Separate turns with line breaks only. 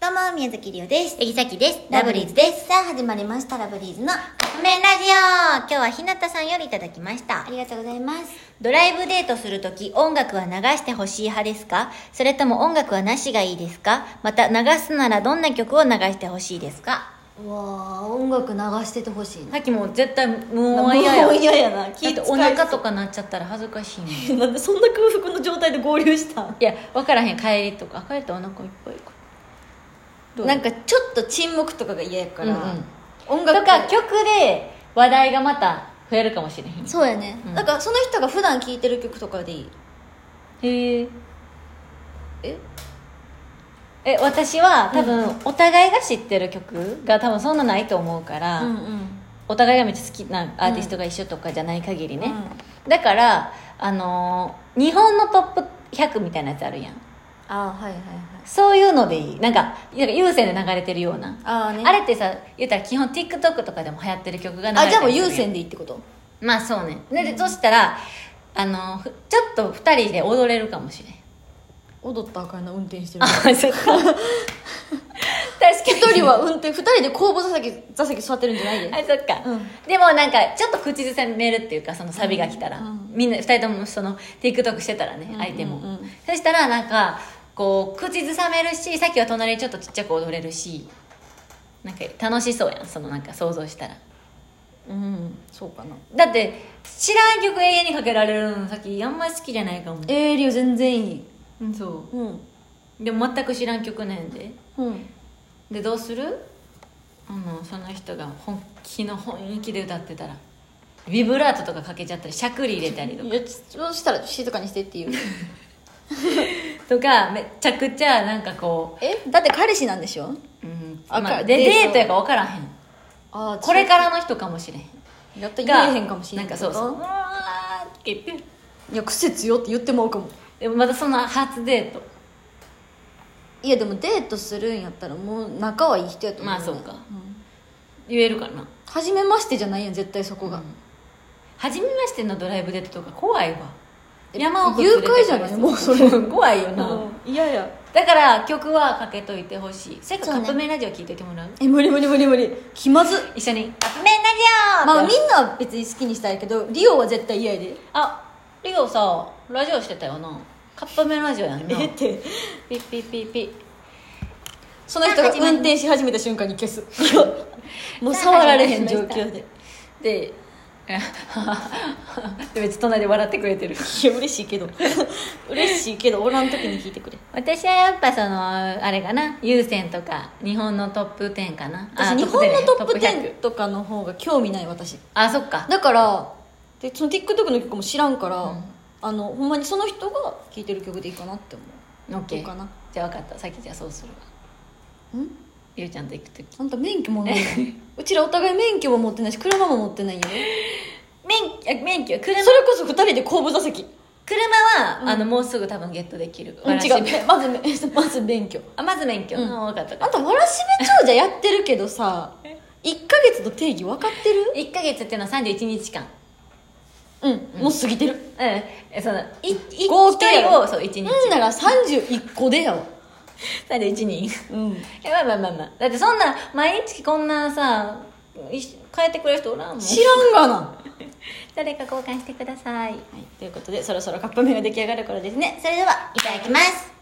どうも、宮崎りおです。
えぎさきです。
ラブリーズです。さあ、始まりました、ラブリーズの。あ
ごめんラジオ今日はひなたさんよりいただきました。
りがとうございます。
ドライブデートするとき音楽は流してほしい派ですかそれとも音楽はなしがいいですかまた流すならどんな曲を流してほしいですか
うわあ、音楽流しててほしい
さっきもう絶対も
も
う
う
嫌や。
嫌やな。
聞いてお腹とかなっちゃったら恥ずかしいね。
か。 なんでそんな空腹の状態で合流した
いや、わからへん。帰りとか。帰りとお腹いっぱいか。どう
なんかちょっと沈黙とかが嫌やから、音
と
楽
か曲で話題がまた増えるかもしれへん。
そうやね、
うん
なんかその人が普段聴いてる曲とかでいい
へえええ私は多分、お互いが知ってる曲が多分そんなないと思うから、
ん
お互いがめっちゃ好きなアーティストが一緒とかじゃない限りね、だからあのー日本のトップ100みたいなやつあるやん
ああはいはいはい
そういうのでいいなんかなんか有線で流れてるような、
ああね
あれってさ言ったら基本 TikTok とかでも流行ってる曲が流れ
あ
て
じゃあもう優先でいいってこと
まあそうねで、そしたらあのーふちょっと2人で踊れるかもしれん
踊ったらあかんな運転してる
あ、そっか。確かに。
一人は運転二人で後部座席座席座ってるんじゃないで
あ、そっか。
うん
でもなんか、ちょっと口ずさめるっていうか、そのサビが来たら、
うんうん
みんな、二人ともその、TikTok してたらね、相手も。
うんうん
そしたら、なんか、こう、口ずさめるし、さっきは隣にちょっとちっちゃく踊れるし、なんか楽しそうやん、そのなんか想像したら。
うんそうかな
だって、知らん曲永遠にかけられるの、さっきあんまり好きじゃないかも。
えー、リオ全然いい
うん、そ
うん
う。でも全く知らん曲なんで。
うん
でどうするあのその人が本気の本気で歌ってたらビブラートとかかけちゃったりしゃくり入れたりと
い
か
やちそうしたら静かにしてっていう
とかめちゃくちゃなんかこ
えだって彼氏なんでしょ
う、うん
あか
まあで
デート
デートやから分からへん
ああ
こ
こ
れ
れ
からの人かもしれへん
やった
が
言えへんかもしれ
なんかそうそううわーって言って
いや癖強って言ってまうかも
でもまたその初デート
いやでもデートするんやったらもう仲はいい人やと思う、
まあそうか
ん
言えるかな
初めましてじゃないやん絶対そこが、
初めましてのドライブデートとか怖いわ
え
山奥
誘拐じゃないもうそれ
れ 怖いよな、
いやいや
だから曲はかけといてほしいせっかくカ
そうね
ップ麺ラジオ聞いててもらう
え無理無理無理無理気まずっ
一緒に「カップ麺ラジオ!」
まあみんなは別に好きにしたいけどリオは絶対嫌やで
あリオさラジオしてたよなカップ麺ラジオやんな
えって
ピッピッピ ッピ
その人が運転し始めた瞬間に 消すもう触られへん状況で
ででめっちゃ隣で笑ってくれてる
いや嬉しい けど嬉しいけどおらん時に聞いてくれ
私はやっぱそのあれかな優先とか日本のトップ10かなあ
私日本のトップ
10ね
10とかの方が興味ない私
あそっか
だからでその TikTok の曲も知らんから、
うん
あのほんまにその人が聴いてる曲でいいかなって思
オッ
う
ケ
どうか
ー
な
じゃあ分かったさっきじゃあそうするわ
ん
リオちゃんと行く時
あんた免許もない うちらお互い免許も持ってないし車も持ってないよ
免あ免許
そ
車
れこそ2人で後部座席
車は、あのもうすぐ多分ゲットできる、
うん
わ
違
らしべ
うまずめ まず免許
あまず免許、
うん
分かった分か
あ
っ
んたわらしべ長者やってるけどさ1ヶ月の定義分かってる
た1ヶ月っていうのは31日間
うん、もう過ぎてる
うんえそのいい一
合計
人をそう1日
なんなら31個でやわ
31人
うん
えまあまあまあまあだってそんな毎日こんなさい帰ってくれる人おらんもん
知らんがなは
誰か交換してください
いということでそろそろカップ麺が出来上がる頃ですね
それではいただきます